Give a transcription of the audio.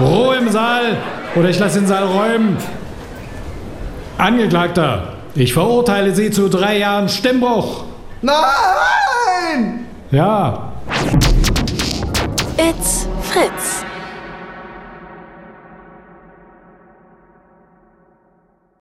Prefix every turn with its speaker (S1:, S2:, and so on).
S1: Ruhe im Saal oder ich lasse den Saal räumen. Angeklagter, ich verurteile Sie zu drei Jahren Stimmbruch.
S2: Nein!
S1: Ja,
S3: It's Fritz.